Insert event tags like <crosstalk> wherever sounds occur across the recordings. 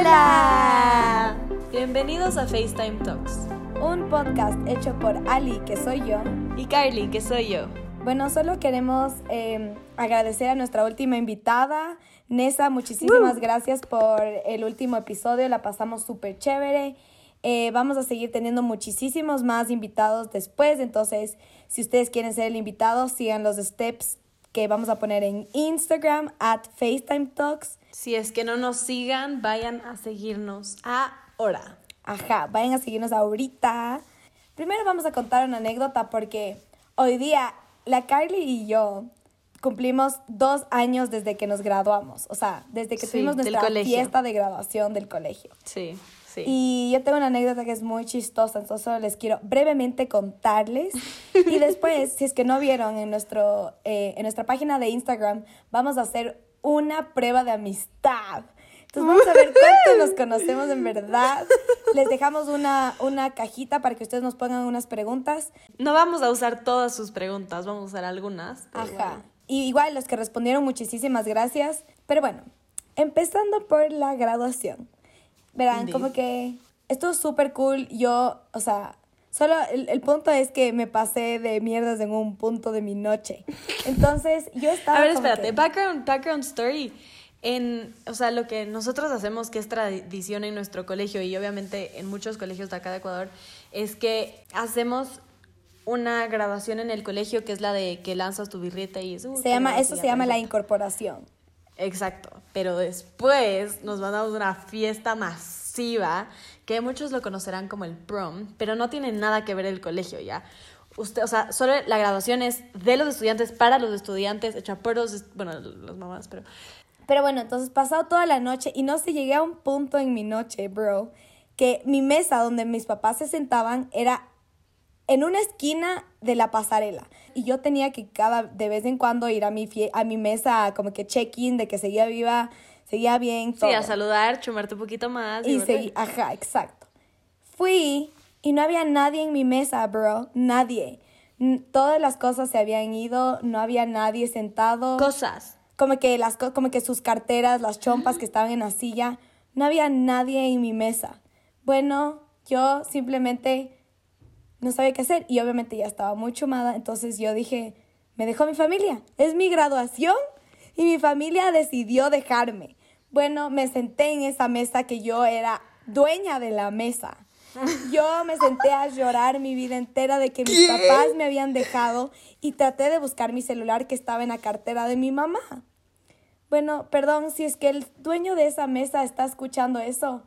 ¡Hola! Bienvenidos a FaceTime Talks. Un podcast hecho por Ali, que soy yo. Y Carly, que soy yo. Bueno, solo queremos eh, agradecer a nuestra última invitada. Nessa, muchísimas gracias por el último episodio. La pasamos súper chévere. Eh, vamos a seguir teniendo muchísimos más invitados después. Entonces, si ustedes quieren ser el invitado, sigan los steps que vamos a poner en Instagram, at FaceTime Talks. Si es que no nos sigan, vayan a seguirnos ahora. Ajá, vayan a seguirnos ahorita. Primero vamos a contar una anécdota porque hoy día la Carly y yo cumplimos dos años desde que nos graduamos. O sea, desde que Sí, tuvimos del nuestra colegio. fiesta de graduación del colegio. Sí, sí. Y yo tengo una anécdota que es muy chistosa, entonces solo les quiero brevemente contarles. Y después, si es que no vieron en, nuestro, eh, en nuestra página de Instagram, vamos a hacer una prueba de amistad. Entonces vamos a ver cuánto nos conocemos en verdad. Les dejamos una, una cajita para que ustedes nos pongan unas preguntas. No vamos a usar todas sus preguntas, vamos a usar algunas. pero Ajá. Y igual los que respondieron, muchísimas gracias. Pero bueno, empezando por la graduación. Verán, Di. como que estuvo súper cool. Yo, o sea, solo el, el punto es que me pasé de mierdas en un punto de mi noche. Entonces, yo estaba. <laughs> A ver, como espérate, que- background, background story. En, o sea, lo que nosotros hacemos, que es tradición en nuestro colegio y obviamente en muchos colegios de acá de Ecuador, es que hacemos una graduación en el colegio que es la de que lanzas tu birrete y eso. se llama, eso se llama la incorporación. Exacto, pero después nos mandamos una fiesta masiva que muchos lo conocerán como el prom, pero no tiene nada que ver el colegio ya. Usted, o sea, solo la graduación es de los estudiantes para los estudiantes, hecha por los, est- bueno, los mamás, pero Pero bueno, entonces pasado toda la noche y no sé, llegué a un punto en mi noche, bro, que mi mesa donde mis papás se sentaban era en una esquina de la pasarela. Y yo tenía que cada de vez en cuando ir a mi, fie- a mi mesa como que check-in de que seguía viva, seguía bien. sí, todo. a saludar, chumarte un poquito más. Y volver. seguí, ajá, exacto. Fui y no había nadie en mi mesa, bro, nadie. N- Todas las cosas se habían ido, no había nadie sentado Cosas. como que las co- como que sus carteras, las chompas que estaban en la silla, no había nadie en mi mesa. Bueno, yo simplemente no sabía qué hacer y obviamente ya estaba muy chumada, entonces yo dije, me dejó mi familia, es mi graduación y mi familia decidió dejarme. Bueno, me senté en esa mesa que yo era dueña de la mesa. Yo me senté a llorar mi vida entera de que mis papás me habían dejado y traté de buscar mi celular que estaba en la cartera de mi mamá. Bueno, perdón, si es que el dueño de esa mesa está escuchando eso,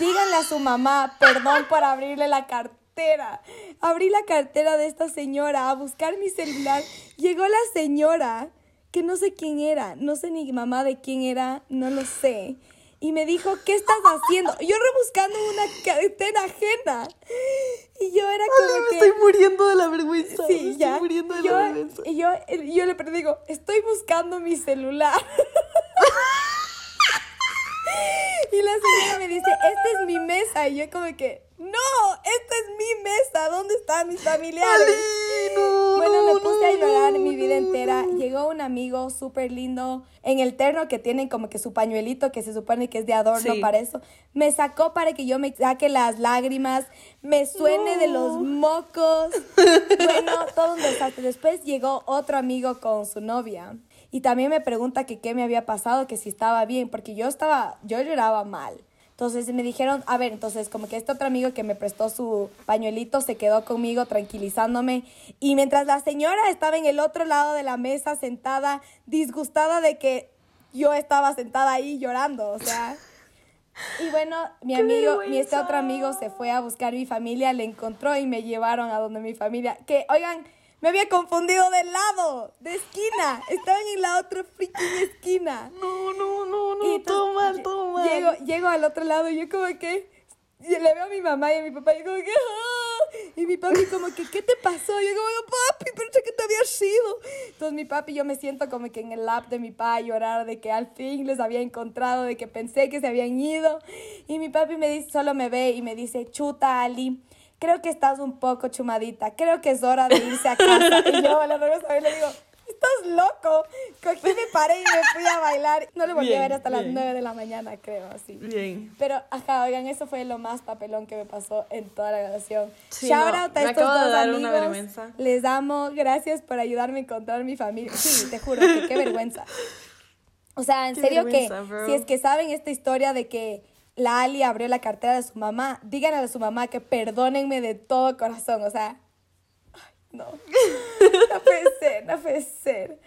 díganle a su mamá, perdón por abrirle la cartera. Abrí la cartera de esta señora a buscar mi celular. Llegó la señora, que no sé quién era, no sé ni mamá de quién era, no lo sé. Y me dijo, ¿qué estás haciendo? Yo rebuscando una cartera ajena. Y yo era como que... muriendo de la vergüenza. Sí, ya. yo, y yo, y yo le pre- digo, estoy buscando mi celular. <laughs> y la señora me dice, esta es mi mesa. Y yo como que, no, esta es mi mesa. ¿Dónde están mis familiares? Bueno, me puse a llorar mi vida entera. Llegó un amigo súper lindo en el terno que tienen como que su pañuelito que se supone que es de adorno Sí. para eso. Me sacó para que yo me saque las lágrimas, me suene de los mocos. Bueno, todo un desastre. Después llegó otro amigo con su novia y también me pregunta que qué me había pasado, que si estaba bien, porque yo estaba, yo lloraba mal. Entonces me dijeron, a ver, entonces como que este otro amigo que me prestó su pañuelito se quedó conmigo tranquilizándome y mientras la señora estaba en el otro lado de la mesa sentada, disgustada de que yo estaba sentada ahí llorando, o sea. Y bueno, mi ¡Qué amigo, mi este vergüenza! otro amigo se fue a buscar mi familia, le encontró y me llevaron a donde mi familia, que oigan, me había confundido de lado, de esquina, estaban en la otra freaking esquina. No, no, no, no, Y entonces todo mal, lle- todo mal. Llego, llego al otro lado y yo como que y le veo a mi mamá y a mi papá y yo como que "Ah". y mi papi como que ¿qué te pasó? Y yo como papi, pero ¿qué te había sido? Entonces mi papi yo me siento como que en el lap de mi papá llorar de que al fin les había encontrado, de que pensé que se habían ido y mi papi me dice solo me ve y me dice chuta Ali. Creo que estás un poco chumadita. Creo que es hora de irse a casa. Y yo a la regreso a él le digo, estás loco. Cogí mi pared y me fui a bailar. No le volví Bien, a ver hasta las bien. 9 de la mañana, creo, así. Bien. Pero, ajá, oigan, eso fue lo más papelón que me pasó en toda la graduación. Sí, Shout no, out me a estos acabo de dos dar una amigos. vergüenza. Les amo, gracias por ayudarme a encontrar mi familia. Sí, te juro, que qué vergüenza. O sea, en Qué serio que vergüenza, bro. si es que saben esta historia de que la Ali abrió la cartera de su mamá, díganle a su mamá que perdónenme de todo corazón, o sea, ay, no. <laughs> No puede ser, no puede ser.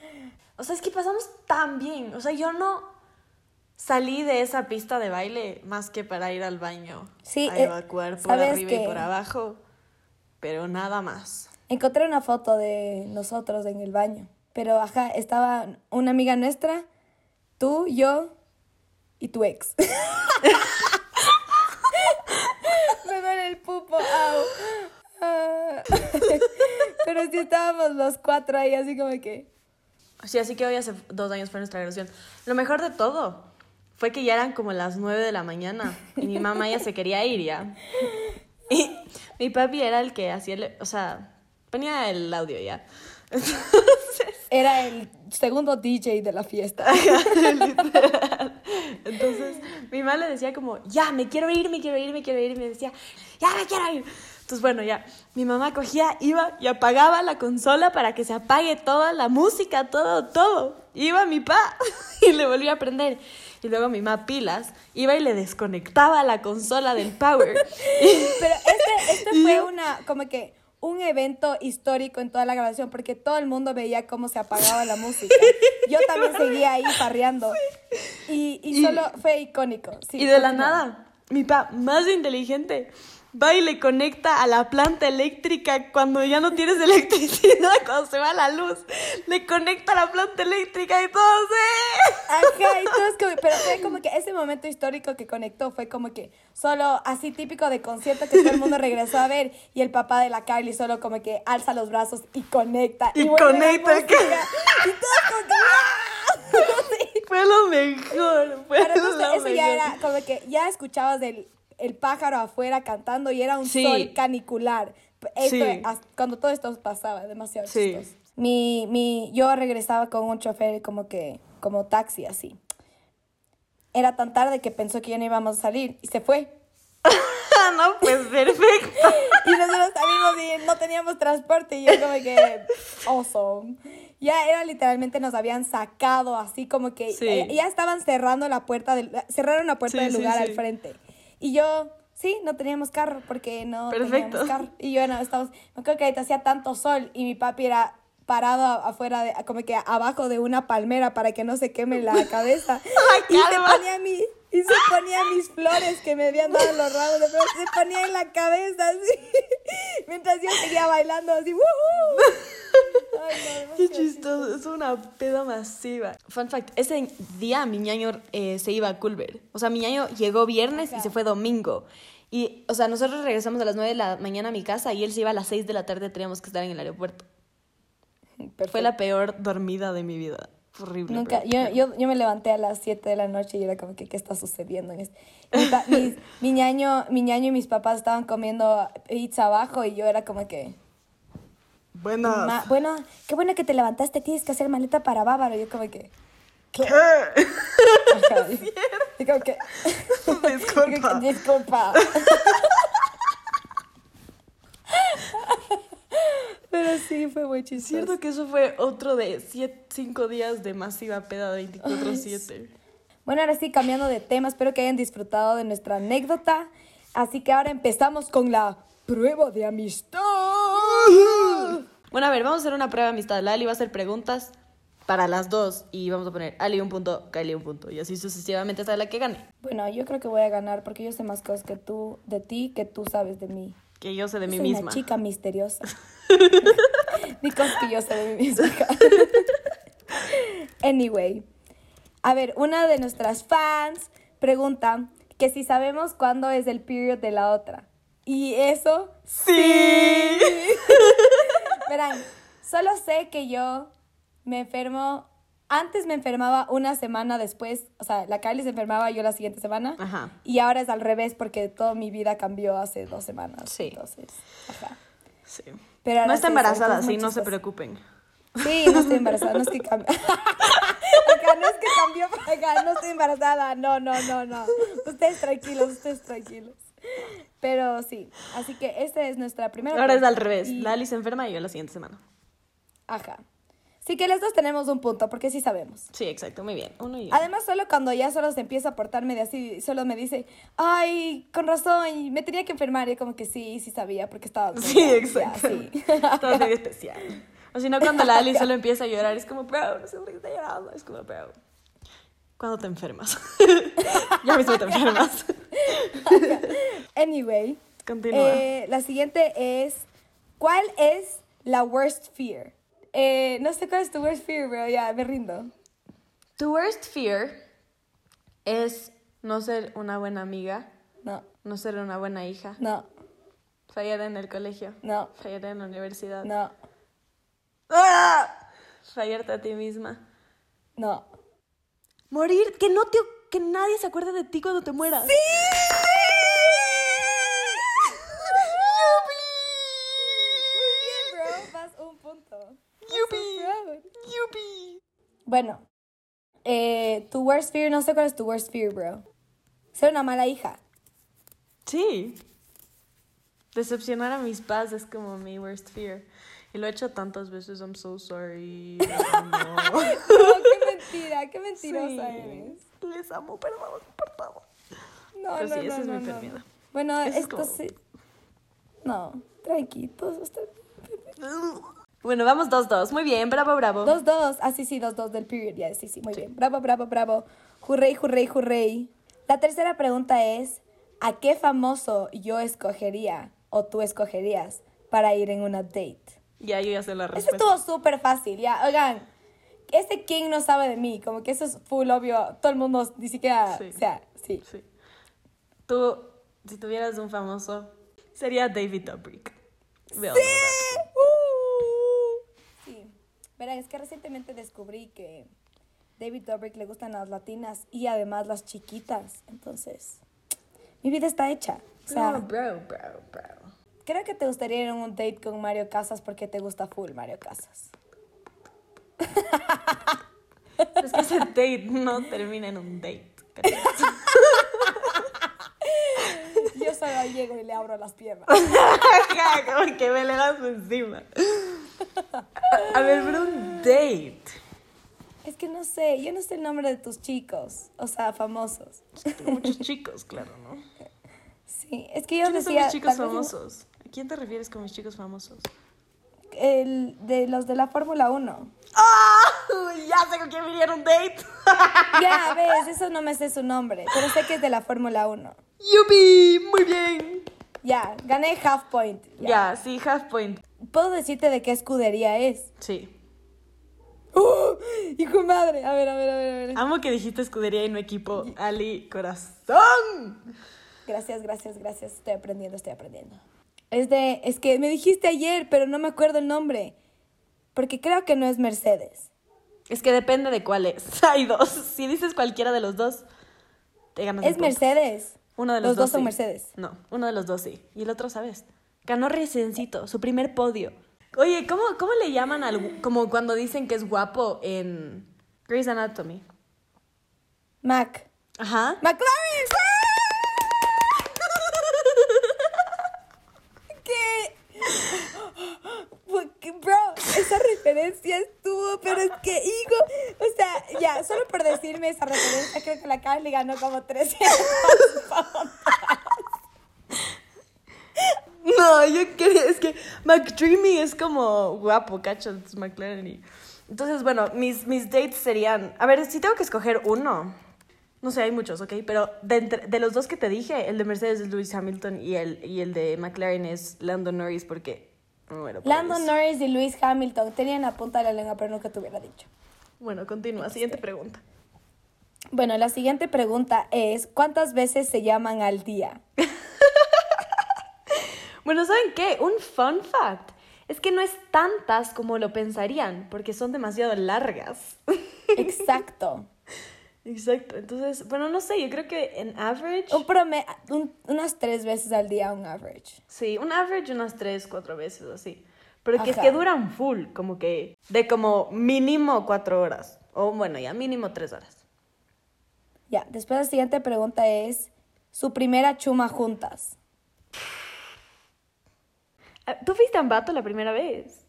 O sea, es que pasamos tan bien. O sea, yo no salí de esa pista de baile más que para ir al baño. Sí, A eh, evacuar por ¿sabes arriba qué? y por abajo. Pero nada más. Encontré una foto de nosotros en el baño, pero ajá, estaba una amiga nuestra, tú, yo y tu ex. <laughs> Me duele el pupo, au. Ah. <laughs> pero sí estábamos los cuatro ahí, así como que... Sí, así que hoy hace dos años fue nuestra graduación. Lo mejor de todo fue que ya eran como las nueve de la mañana y mi mamá ya se quería ir ya. Y mi papi era el que hacía, el- o sea, ponía el audio ya. Era el segundo DJ de la fiesta. Entonces, mi mamá le decía como, ya, me quiero ir, me quiero ir, me quiero ir. Y me decía, ya, me quiero ir. Entonces, bueno, ya. Mi mamá cogía, iba y apagaba la consola para que se apague toda la música, todo, todo. Iba mi pa <laughs> y le volvía a prender. Y luego mi mamá pilas, iba y le desconectaba la consola del power. Pero este, este fue una, como que un evento histórico en toda la grabación porque todo el mundo veía cómo se apagaba la música. Yo <laughs> también seguía ahí parreando. Y, y Y- solo fue icónico. sí, y de la continúa. nada, mi pa, más inteligente, va y le conecta a la planta eléctrica cuando ya no tienes <laughs> electricidad, cuando se va la luz. Le conecta a la planta eléctrica y ¡eh! todo se... Ajá, y todos como- pero fue como que ese momento histórico que conectó fue como que solo así típico de concierto que todo el mundo regresó a ver y el papá de la Kylie solo como que alza los brazos y conecta. Y vuelve la conecta, música. ¿qué? Y todos como que... "¡Ah!". <laughs> Sí. <laughs> Fue lo mejor, fue Pero lo entonces eso ya mejor. era como que ya escuchabas del el pájaro afuera cantando y era un Sí. sol canicular. Esto, Sí. as- Cuando todo esto pasaba, demasiado Sí. chistoso. Mi, mi, yo regresaba con un chofer como que, como taxi así. Era tan tarde que pensó que ya no íbamos a salir y se fue. <laughs> Ah, no, <laughs> pues perfecto. Y nosotros salimos y no teníamos transporte y yo como que, awesome. Ya era literalmente, nos habían sacado así como que Sí. eh, ya estaban cerrando la puerta, del, cerraron la puerta Sí, del sí, lugar sí. al frente. Y yo, sí, no teníamos carro porque no Perfecto. teníamos carro. Y yo, no, estábamos, me acuerdo que ahorita hacía tanto sol y mi papi era parado a- afuera, de, como que abajo de una palmera para que no se queme <laughs> la cabeza. Ay, y se calma. ponía mi... Y se ponía mis flores que me habían dado los ramos de flores, se ponía en la cabeza así, <laughs> mientras yo seguía bailando así, ¡wujú! Ay, no, Qué demasiado chistoso, es una peda masiva. Fun fact, ese día mi ñaño eh, se iba a Culver. O sea, mi ñaño llegó viernes y se fue domingo. Y, o sea, nosotros regresamos a las 9 de la mañana a mi casa y él se iba a las 6 de la tarde, teníamos que estar en el aeropuerto. Perfecto. Fue la peor dormida de mi vida. Fue Horrible. Nunca, pero- yo, yo, yo me levanté a las 7 de la noche y era como que, ¿qué está sucediendo? en esto? Mi, pa- mis- mi ñaño, mi ñaño y mis papás estaban comiendo pizza abajo y yo era como que, Buenas. "Ma- bueno, qué bueno que te levantaste, tienes que hacer maleta para Bávaro. Yo como que, ¿qué? <laughs> Ajá, y- y como que, y como Disculpa. que, disculpa. <laughs> Pero sí, fue muy Es chistoso. cierto que eso fue otro de 5 días de masiva peda 24-7. Bueno, ahora sí, cambiando de tema, espero que hayan disfrutado de nuestra anécdota. Así que ahora empezamos con la prueba de amistad. Bueno, a ver, vamos a hacer una prueba de amistad. La Ali va a hacer preguntas para las dos y vamos a poner Ali un punto, Kylie un punto y así sucesivamente hasta la que gane. Bueno, yo creo que voy a ganar porque yo sé más cosas que tú, de ti, que tú sabes de mí. Que yo sé de Yo mí soy misma. una chica <laughs> misteriosa. Ni cosas que yo sé de mí misma. anyway, a ver, una de nuestras fans pregunta que si sabemos cuándo es el period de la otra. Y eso Sí. Verán, solo sé que yo me enfermo. Antes me enfermaba una semana después. O sea, la Kylie se enfermaba yo la siguiente semana. Ajá. Y ahora es al revés porque toda mi vida cambió hace dos semanas. Sí. Entonces, ajá. Sí. Pero ahora no está sí, embarazada, entonces, sí, no se muchas preocupen. Sí, no estoy embarazada, no estoy cambiada. <laughs> Acá no es que cambió, acá no estoy embarazada, no, no, no, no. Ustedes tranquilos, ustedes tranquilos. Pero sí, así que esta es nuestra primera. Ahora es al pregunta revés. y- Lali se enferma y yo la siguiente semana. Ajá. Sí que las dos tenemos un punto, porque sí sabemos. Sí, exacto, muy bien. Uno y Además, solo cuando ya solo se empieza a portar medio así, solo me dice, ay, con razón, y me tenía que enfermar. Y como que sí, sí sabía, porque estaba... Sí, enferma, exacto. ya, sí. <laughs> Todo es medio especial. O si no, cuando la Ali solo empieza a llorar, es como, bro, no sé por qué está llorando. Es como, bro, cuando te enfermas. <laughs> ya mismo te enfermas. <laughs> Anyway, Continúa. eh, la siguiente es, ¿cuál es la worst fear? Eh, no sé cuál es tu worst fear, bro, ya, me rindo. Tu worst fear es no ser una buena amiga, No, no ser una buena hija, no, fallar en el colegio, no, fallar en la universidad, no, ¡Ah! fallarte a ti misma, no. morir, que no te, que nadie se acuerde de ti cuando te mueras. ¡Sí! Bro, vas un punto. ¡Yupi! Bravo. ¡Yupi! Bueno, eh, tu worst fear, no sé cuál es tu worst fear, bro. Ser una mala <laughs> hija. Sí. Decepcionar a mis padres es como mi worst fear. Y lo he hecho tantas veces, I'm so sorry. No. Bro, qué mentira, qué Sí. mentirosa eres. Les amo, pero vamos, por favor. No, Pero no, sí, no, esa es no, mi no. peor miedo. Bueno, Eso es esto como- sí. No, tranquilos, ustedes. Bueno, vamos dos, dos. Muy bien, bravo, bravo. Dos, dos. Ah, sí, sí, dos, dos del period. Ya, sí, sí, muy bien. Bravo, bravo, bravo. Hurray, hurray, hurray. La tercera pregunta es, ¿a qué famoso yo escogería o tú escogerías para ir en una date? Ya, yo ya sé la Eso respuesta. estuvo súper fácil, ya. Oigan, este king no sabe de mí, como que eso es full obvio. Todo el mundo ni siquiera, Sí. o sea, sí. Sí. Tú, si tuvieras un famoso, sería David Dobrik. Veo, ¿verdad? Uh. Sí. Verán, es que recientemente descubrí que David Dobrik le gustan las latinas y además las chiquitas. Entonces, mi vida está hecha. O sea, No, bro, bro, bro. creo que te gustaría ir a un date con Mario Casas porque te gusta full Mario <laughs> Casas. Es que ese date no termina en un date. pero- <laughs> Yo solo llego y le abro las piernas. Ajá, como que me le das encima. A, a ver, pero un date. Es que no sé, yo no sé el nombre de tus chicos, o sea, famosos. Tengo muchos chicos, claro, ¿no? Sí, es que yo ¿Quiénes son decía... mis chicos tal vez famosos? ¿A quién te refieres con mis chicos famosos? El, de los de la Fórmula 1. ¡Ah! Ya sé con quién viniera un date. <laughs> Ya, ves, eso no me sé su nombre, pero sé que es de la Fórmula 1. ¡Yupi! Muy bien. Ya, gané half point. Ya, sí, half point. ¿Puedo decirte de qué escudería es? Sí. ¡Oh! ¡Hijo de madre! A ver, a ver, a ver, a ver. Amo que dijiste escudería y no equipo. Ali, corazón. Gracias, gracias, gracias. Estoy aprendiendo, estoy aprendiendo. Es de. Es que me dijiste ayer, pero no me acuerdo el nombre. Porque creo que no es Mercedes. Es que depende de cuál es. <laughs> Hay dos. Si dices cualquiera de los dos, te ganas el Es punto. Mercedes. Uno de los, Los dos son sí. Mercedes. No, uno de los dos sí. Y el otro, ¿sabes? Ganó reciencito, su primer podio. Oye, ¿cómo, cómo le llaman al gu- como cuando dicen que es guapo en Grey's Anatomy? Mac. Ajá. ¡McLaren! ¡ah! <laughs> ¿Qué? Porque, Bro, esa referencia estuvo, pero es que higo. O sea, ya, solo por decirme esa referencia, creo que la Carly ganó como 13 No, yo quería, es que McDreamy es como guapo, cacho, es McLaren. y- Entonces, bueno, mis, mis dates serían, a ver, si tengo que escoger uno, no sé, hay muchos, ¿ok? Pero de, entre- de los dos que te dije, el de Mercedes es Lewis Hamilton y el, y el de McLaren es Lando Norris porque... me muero <laughs> por Lando ellos. Norris y Lewis Hamilton tenían la punta de la lengua, pero nunca te hubiera dicho. Bueno, continúa. Siguiente pregunta. Bueno, la siguiente pregunta es: ¿Cuántas veces se llaman al día? Bueno, ¿saben qué? Un fun fact. Es que no es tantas como lo pensarían, porque son demasiado largas. <laughs> Exacto. Exacto. Entonces, bueno, no sé, yo creo que en average... Un prome un- unas tres veces al día, un average. Sí, un average unas tres, cuatro veces así. Pero que es Ajá. que duran full, como que de como mínimo cuatro horas. O bueno, ya mínimo tres horas. Ya, después la siguiente pregunta es su primera chuma juntas. Ah, ¿Tú fuiste a Ambato la primera vez?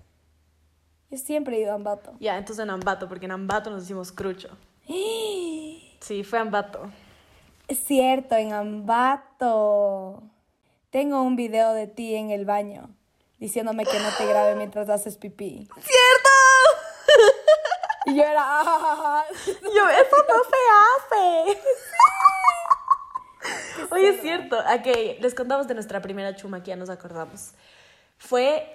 Yo siempre he ido a Ambato. Ya, entonces en Ambato, porque en Ambato nos hicimos <gasps> crucho. Sí, fue Ambato. Es cierto, en Ambato. Tengo un video de ti en el baño diciéndome que no te grabe mientras haces pipí. ¡Cierto! Y yo era... "Ah, ah, ah, ah". Yo, eso no <laughs> se hace. Oye, es cierto. Ok, les contamos de nuestra primera chuma que ya nos acordamos. Fue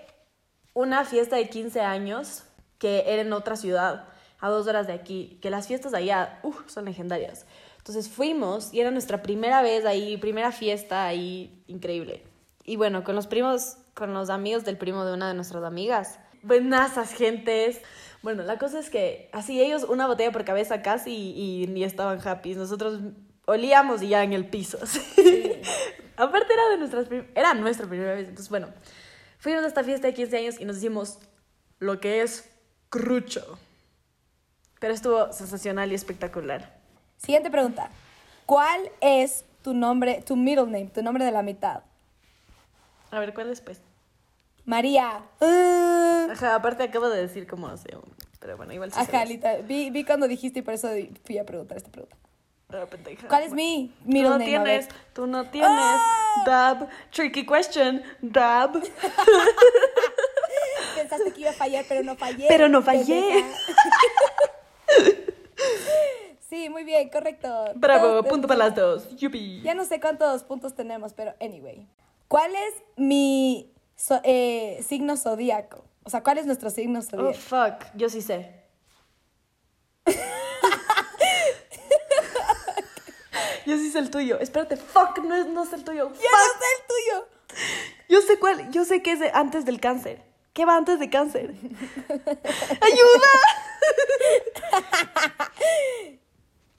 una fiesta de 15 años que era en otra ciudad, a dos horas de aquí, que las fiestas de allá uh, son legendarias. Entonces fuimos y era nuestra primera vez ahí, primera fiesta ahí, increíble. Y bueno, con los primos, con los amigos del primo de una de nuestras amigas. Buenasas gentes. Bueno, la cosa es que así ellos una botella por cabeza casi y, y ni estaban happy. Nosotros olíamos y ya en el piso. <laughs> así. Aparte era de nuestras prim- era nuestra primera vez. Entonces, bueno, fuimos a esta fiesta de 15 años y nos hicimos lo que es crucho. Pero estuvo sensacional y espectacular. Siguiente pregunta. ¿Cuál es tu nombre, tu middle name, tu nombre de la mitad? A ver, ¿cuál después? María. Ah. Ajá, aparte acabo de decir cómo hace un... Pero bueno, igual sí Ajá, sabes. literal. Vi, vi cuando dijiste y por eso fui a preguntar esta pregunta. Ah, pendeja. ¿Cuál es mi Tú middle no name? A ver. Ah. tienes, tú no tienes. Dab, tricky question, dab. Pensaste que iba a fallar, pero no fallé. Pero no fallé. Pendeja. <laughs> sí, muy bien, correcto. <laughs> Bravo, Todos punto tenemos- para las dos. Yupi. Ya no sé cuántos puntos tenemos, pero anyway. ¿Cuál es mi so- eh, signo zodíaco? O sea, ¿cuál es nuestro signo Oh, zodíaco? fuck, yo sí sé. yo sí sé el tuyo. Espérate, fuck, no es, no es el tuyo. ¡Ya Fuck. no sé el tuyo! Yo sé cuál, yo sé que es de- antes del cáncer. ¿Qué va antes de cáncer? <laughs> ¡Ayuda!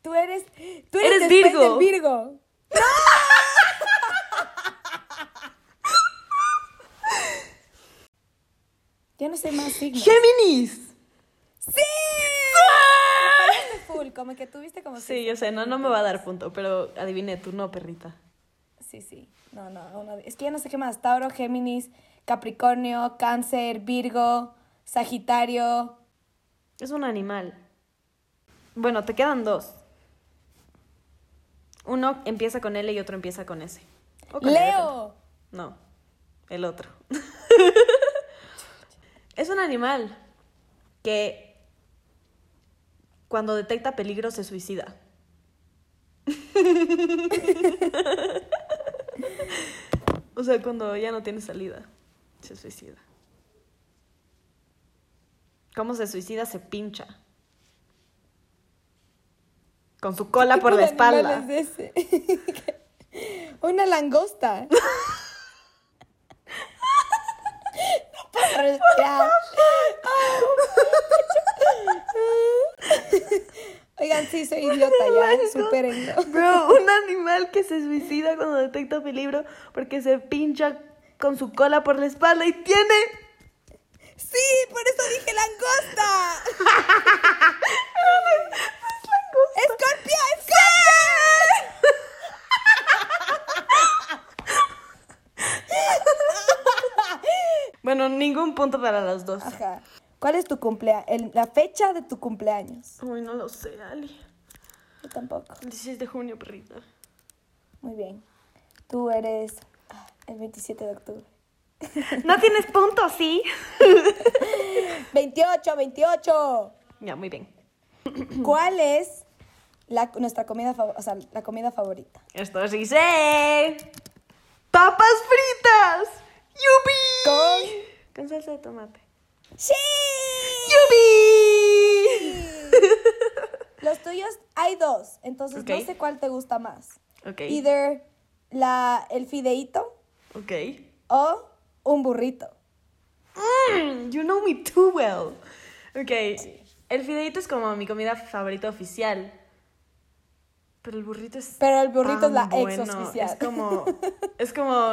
Tú eres. Tú Eres eres, después del Virgo. <laughs> Virgo. Yo no sé más signos. ¡Géminis! ¡Sí! Te paraste full, como que tuviste como Sí, yo sé, no, no me va a dar punto, pero adiviné, tú no, perrita. Sí, sí. No, no, uno- es que ya no sé qué más. Tauro, Géminis, Capricornio, Cáncer, Virgo, Sagitario. Es un animal. Bueno, te quedan dos. Uno empieza con L y otro empieza con S. O con L también. Leo. No, el <laughs> otro. es un animal que cuando detecta peligro se suicida. <laughs> o sea, cuando ya no tiene salida, se suicida. ¿Cómo se suicida? Se pincha. Con su cola ¿Qué por la tipo de espalda. animal es ese? <laughs> Una <laughs> langosta. <laughs> No puedo respirar. Oigan, sí, soy idiota ya, supérenlo. Bro, un animal que se suicida cuando detecta peligro porque se pincha con su cola por la espalda y tiene. Sí, por eso dije <laughs> langosta. ¡Escorpio! ¡Escorpio! Bueno, ningún punto para las dos. Ajá. ¿Cuál es tu cumpleaños? La fecha de tu cumpleaños. Uy, no lo sé, Ali. Yo tampoco. El 16 de junio, perrita. Muy bien. Tú eres ah, el 27 de octubre. No tienes punto, sí. 28, <clears throat> 28. Ya, muy bien. ¿Cuál es la, nuestra comida, fav- o sea, la comida favorita? Esto sí sé. ¡Papas fritas! ¡Yupi! Con- Con salsa de tomate. ¡Sí! ¡Yupi! Los tuyos hay dos, entonces Ok. no sé cuál te gusta más. <laughs> Ok. Either la, el fideíto Ok. o un burrito. Mm, you know me too well. Ok, el fideíto es como mi comida favorita oficial. Pero el burrito es. Pero el burrito tan es la bueno. ex oficial. Es como. <laughs> Es como.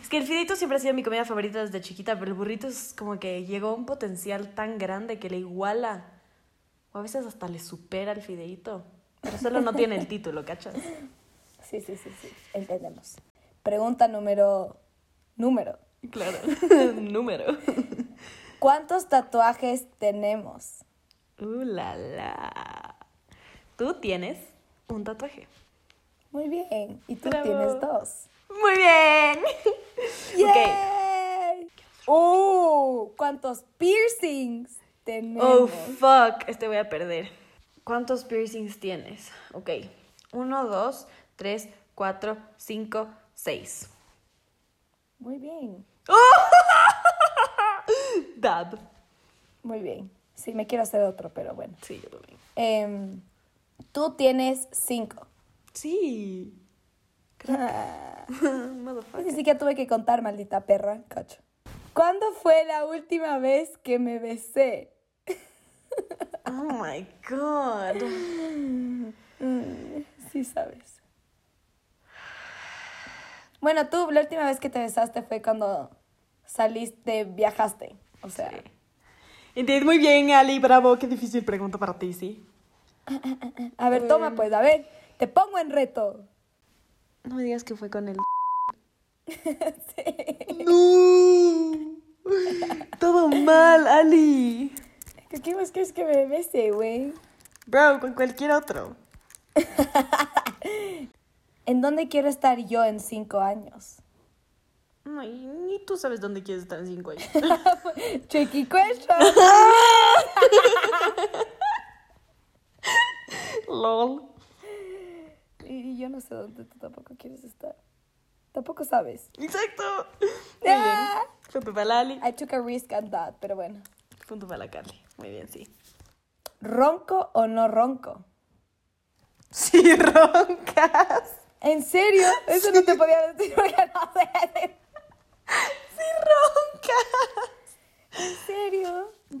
Es que el fideito siempre ha sido mi comida favorita desde chiquita, pero el burrito es como que llegó a un potencial tan grande que le iguala. O a veces hasta le supera el fideito. Pero solo no tiene <laughs> el título, ¿cachas? Sí, sí, sí, sí, entendemos. Pregunta número... Número. <laughs> Claro. Número. ¿Cuántos tatuajes tenemos? Uh, la, la. Tú tienes un tatuaje. Muy bien. Y tú Bravo. tienes dos. Muy bien. Ok. ¡Yay! ¡Uh! ¿Cuántos piercings tenemos? Oh, fuck. Este voy a perder. ¿Cuántos piercings tienes? Ok. Uno, dos, tres, cuatro, cinco, seis. Muy bien. Dab. Muy bien. Sí, me quiero hacer otro, pero bueno. Sí, yo también. Em, tú tienes cinco. Sí. Ah, <laughs> Motherfucker. Ni siquiera tuve que contar, maldita perra. Cacho. ¿Cuándo fue la última vez que me besé? Oh my god. Sí sabes. Bueno, tú la última vez que te besaste fue cuando saliste, viajaste. O sea, Entiendes muy bien, Ali. Bravo. Qué difícil pregunta para ti, sí. a ver, toma pues, a ver, te pongo en reto. No me digas que fue con <laughs> el. ¡No! Todo mal, Ali. ¿Qué- ¿Qué más crees que me bese, güey? Bro, con cualquier otro. ¿En dónde quiero estar yo en cinco años? No, y ni tú sabes dónde quieres estar en cinco <laughs> años. <laughs> Tricky question. LOL. Y y yo no sé dónde tú tampoco quieres estar. Tampoco sabes. Exacto. Muy Ah. bien. Punto para la Ali. I took a risk on that, pero bueno. Punto para la Carly. Muy bien, sí. ¿Ronco o no ronco? Sí, <laughs> roncas. ¿En serio? Eso no te podía decir porque no sé. Sí, roncas. ¿En serio?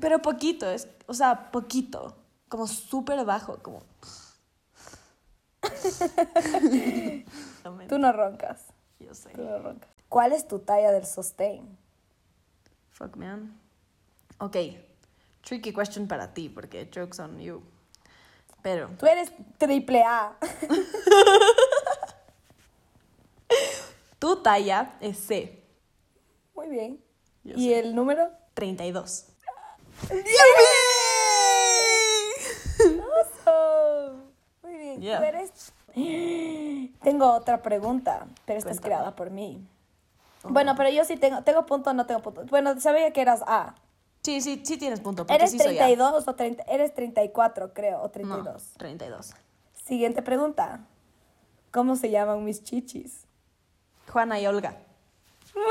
Pero poquito, es, o sea, poquito. Como súper bajo, como. <laughs> Tú no roncas. Yo sé. Tú no roncas. ¿Cuál es tu talla del sostén? Fuck, man. Ok. Tricky question para ti, porque joke's on you. Pero, Tú eres triple A. <laughs> tu talla es C. Muy bien. Yo ¿Y el número? <laughs> 32. ¡Awesome! Muy bien. Yeah. ¿Tú eres? Tengo otra pregunta, pero esta es Cuéntame. Oh. creada por mí. Bueno, pero yo sí tengo, tengo punto, no tengo punto. Bueno, sabía que eras A. Sí, sí, sí tienes punto. Porque ¿Eres sí soy A. 32 o 30? Eres 34, creo, o No, 32. 32. Siguiente pregunta. ¿Cómo se llaman mis chichis? Juana y Olga. ¡Muy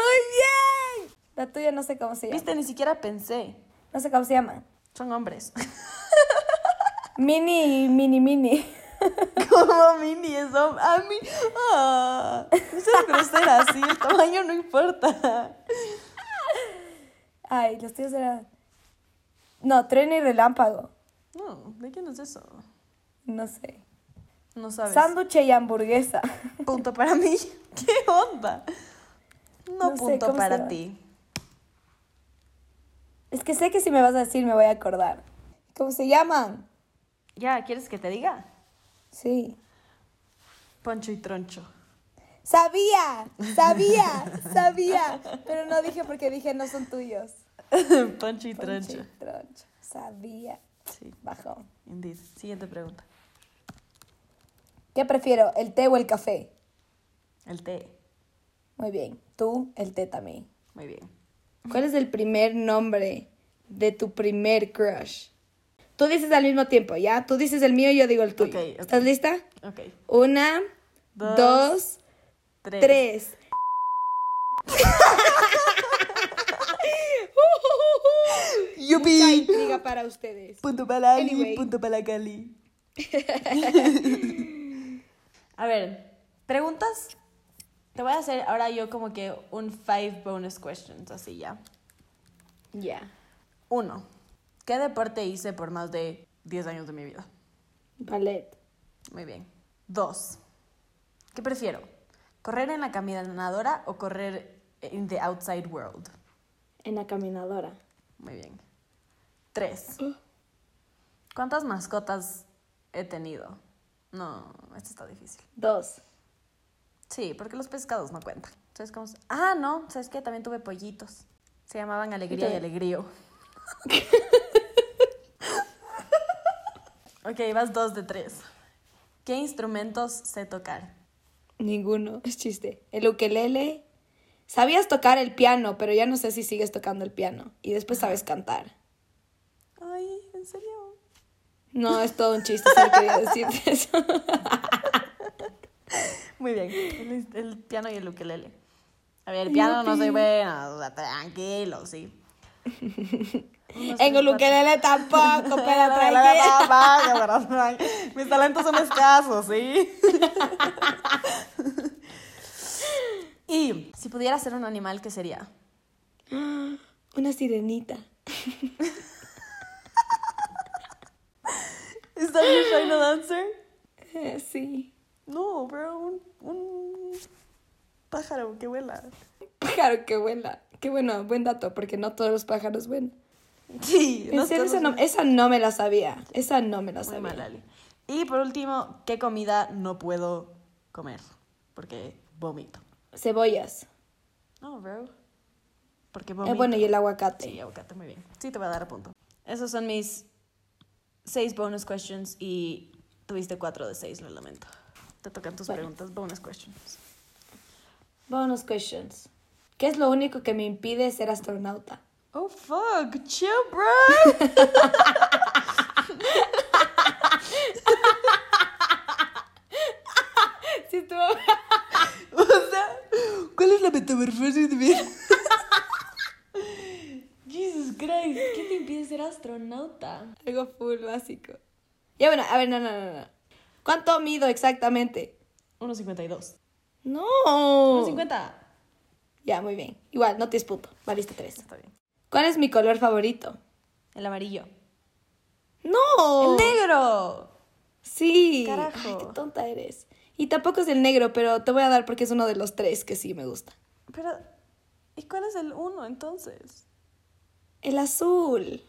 bien! La tuya no sé cómo se llama. Viste, ni siquiera pensé. No sé cómo se llama. Son <laughs> hombres. Mini, mini, mini. Como mini es hom- A mí. Ah, no seas grosera, así El tamaño no importa. Ay, los tuyos eran... No, tren y relámpago. No, ¿de quién es eso? No sé. No sabes. Sándwich y hamburguesa. punto <laughs> para mí. ¿Qué onda? No, No sé, punto ¿cómo se para llama? ti. Es que sé que si me vas a decir me voy a acordar. ¿Cómo se llaman? Ya, ¿quieres que te diga? Sí. Poncho <laughs> y Troncho. Sabía, sabía, sabía. Pero no dije porque dije no son tuyos. Ponche Poncho y y Troncho. troncho. Sabía. Sí, Bajón. indeed. Siguiente pregunta. ¿Qué prefiero, el té o el café? El té. Muy bien. Tú, el té también. Muy bien. ¿Cuál es el primer nombre de tu primer crush? Tú dices al mismo tiempo, ¿ya? Tú dices el mío y yo digo el tuyo. Ok, ok. ¿Estás lista? Ok. Una, Dos, dos, Tres. tres. Mucha ¡Yupi! intriga para ustedes. Punto para la Ali, Anyway. punto para la <laughs> Cali. a ver, preguntas. Te voy a hacer ahora yo como que un five bonus questions, así ya. Ya. Uno, ¿qué deporte hice por más de 10 años de mi vida? Ballet. Muy bien. Dos, ¿qué prefiero? ¿Correr en la caminadora o correr in the outside world? En la caminadora. Muy bien. Tres, ¿cuántas mascotas he tenido? No, esto está difícil. Dos. Sí, porque los pescados no cuentan. ¿Sabes cómo? se- Ah, no, ¿sabes qué? También tuve pollitos. Se llamaban Alegría y Ok. Alegrío. <laughs> ok, vas dos de tres. ¿Qué instrumentos sé tocar? Ninguno, es chiste. El ukelele. Sabías tocar el piano, pero ya no sé si sigues tocando el piano. Y después sabes cantar. Ay, ¿en serio? No, es todo un chiste, solo quería decirte eso. Muy bien, el, el piano y el ukelele. A ver, el piano no soy buena, o sea, tranquilo, sí. Unos En el ukelele <laughs> tampoco, pero tranquila. Mis talentos son escasos, ¿sí? <laughs> y si pudiera ser un animal, ¿qué sería? <gasps> Una sirenita. ¿Is that your final answer? Eh, sí. No, bro, un, un pájaro que vuela. Pájaro que vuela. Qué bueno, buen dato, porque no todos los pájaros vuelan. <laughs> Sí, En serio, esa no, esa no me la sabía. Esa no me la Muy sabía. mal, Ali. Y por último, ¿qué comida no puedo comer? Porque vomito. Cebollas. No, bro. Porque Eh, vomito. bueno, y el aguacate. Sí, aguacate, muy bien. Sí, te voy a dar punto. Esos son mis seis bonus questions y tuviste cuatro de seis, lo lamento. Te tocan tus Bueno. preguntas, bonus questions. Bonus questions. ¿Qué es lo único que me impide ser astronauta? Oh, fuck, chill, bro. <laughs> Sí, tú. <laughs> o sea, ¿cuál es la metamorfosis de mi <laughs> Jesus Christ, ¿qué te impide ser astronauta? Algo full básico. Ya bueno, a ver, no, no, no, no. ¿Cuánto mido exactamente? 1.52. No. Oh. 1.50. Ya, muy bien. Igual, no te disputo. Valiste tres. Está bien. ¿Cuál es mi color favorito? El amarillo. No. ¡El negro! Sí. Carajo. Ay, qué tonta eres. Y tampoco es el negro, pero te voy a dar porque es uno de los tres que sí me gusta. Pero, ¿y cuál es el uno entonces? El azul.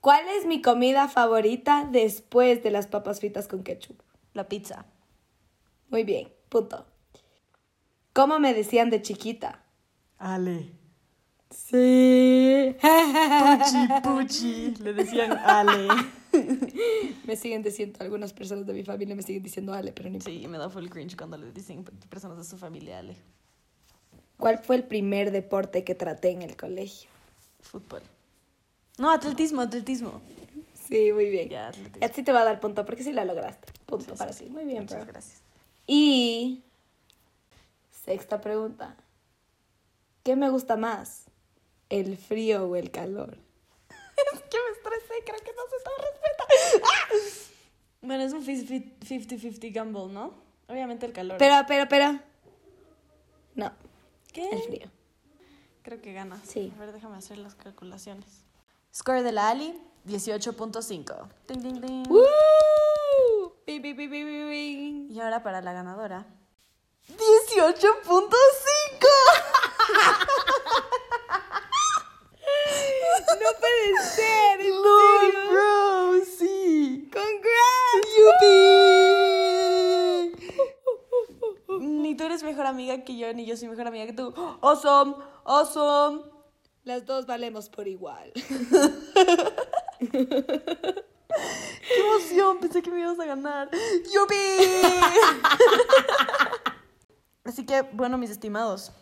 ¿Cuál es mi comida favorita después de las papas fritas con ketchup? La pizza. Muy bien, punto. ¿Cómo me decían de chiquita? Ale. Sí. Puchi, puchi. Le decían <laughs> Ale. <laughs> me siguen diciendo, algunas personas de mi familia me siguen diciendo Ale, pero no importa. Sí, me da full cringe cuando le dicen personas de su familia Ale. ¿Cuál fue el primer deporte que traté en el colegio? Fútbol. No, atletismo, atletismo. Sí, muy bien. Ya, atletismo. Y así te va a dar punto, porque sí la lograste. Punto para ti. Muy bien, Muchas bro. gracias. <laughs> Y sexta pregunta. ¿Qué me gusta más? ¿El frío o el calor? Es que me estresé, creo que no se todo respeta. ¡Ah! Bueno, es un 50-50 gamble, ¿no? Obviamente el calor. Pero, pero, pero. No, ¿Qué? el frío. Creo que gana. Sí. A ver, déjame hacer las calculaciones. Score de la Ali, 18.5. Ding, ding, ding. Uh. ¡Woo! Bing, bing, bing, bing, bing, bing. Y ahora para la ganadora. ¡18.5! ¡No puede ser! ¿en serio? bro! ¡Sí! ¡Congrats! Ni tú eres mejor amiga que yo, ni yo soy mejor amiga que tú. <gasps> ¡Awesome! ¡Awesome! Las dos valemos por igual. ¡Qué emoción! Pensé que me ibas a ganar. ¡Yupi! <laughs> Así que, bueno, mis estimados,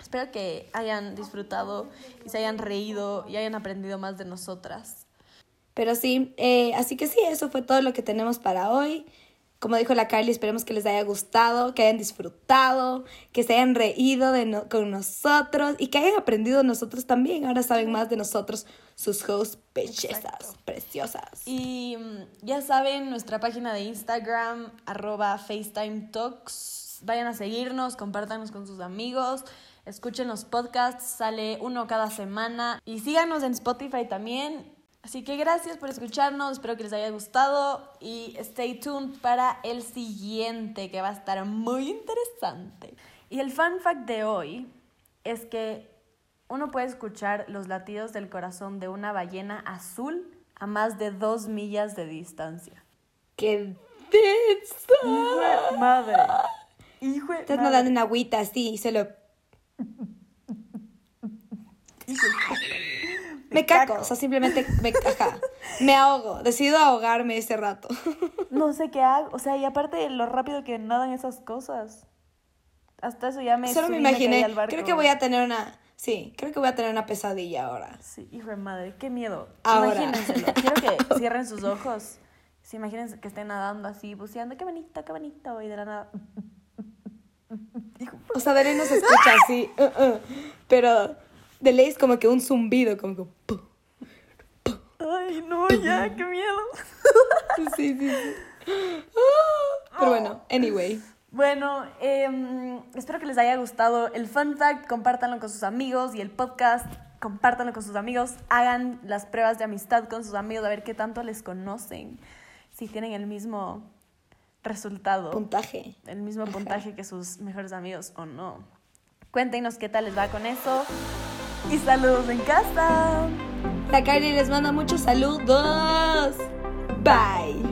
espero que hayan disfrutado y se hayan reído y hayan aprendido más de nosotras. Pero sí, eh, así que sí, eso fue todo lo que tenemos para hoy. Como dijo la Carly, esperemos que les haya gustado, que hayan disfrutado, que se hayan reído de no- con nosotros y que hayan aprendido de nosotros también. Ahora saben más de nosotros, sus hosts bellezas, preciosas. Y mm, ya saben, nuestra página de Instagram, arroba FaceTime Talks. Vayan a seguirnos, compártanos con sus amigos, escuchen los podcasts, sale uno cada semana. Y síganos en Spotify también. Así que gracias por escucharnos, espero que les haya gustado y stay tuned para el siguiente que va a estar muy interesante. Y el fun fact de hoy es que uno puede escuchar los latidos del corazón de una ballena azul a más de dos millas de distancia. ¡Qué densa! Hijo de madre. Hijo de Estás madre. nadando en agüita así y <laughs> se lo... Me caco, o sea, simplemente me, ajá, me ahogo, decido ahogarme ese rato. No sé qué hago. O sea, y aparte de lo rápido que nadan esas cosas. Hasta eso ya me Solo me subí, caí imaginé, al barco. creo que voy a tener una, sí, creo que voy a tener una pesadilla ahora. Sí, hijo de madre, qué miedo. Ahora. <laughs> Imagínenselo. Quiero que cierren sus ojos. Se imaginen que estén nadando así, buceando. Qué bonito, qué bonito. Y de la nada. Hijo, O sea, de ley no se escucha así, uh, uh, pero de ley es como que un zumbido, como que... pu. Ay, no, ya, qué miedo. Sí, sí, sí. Ah, Pero bueno, anyway. Bueno, em, espero que les haya gustado el fun fact. Compártanlo con sus amigos y el podcast. Compártanlo con sus amigos. Hagan las pruebas de amistad con sus amigos a ver qué tanto les conocen. Si tienen el mismo resultado. Puntaje. el mismo puntaje que sus mejores amigos o no. Cuéntenos qué tal les va con eso. Y saludos en casa. La Kylie les manda muchos saludos. Bye.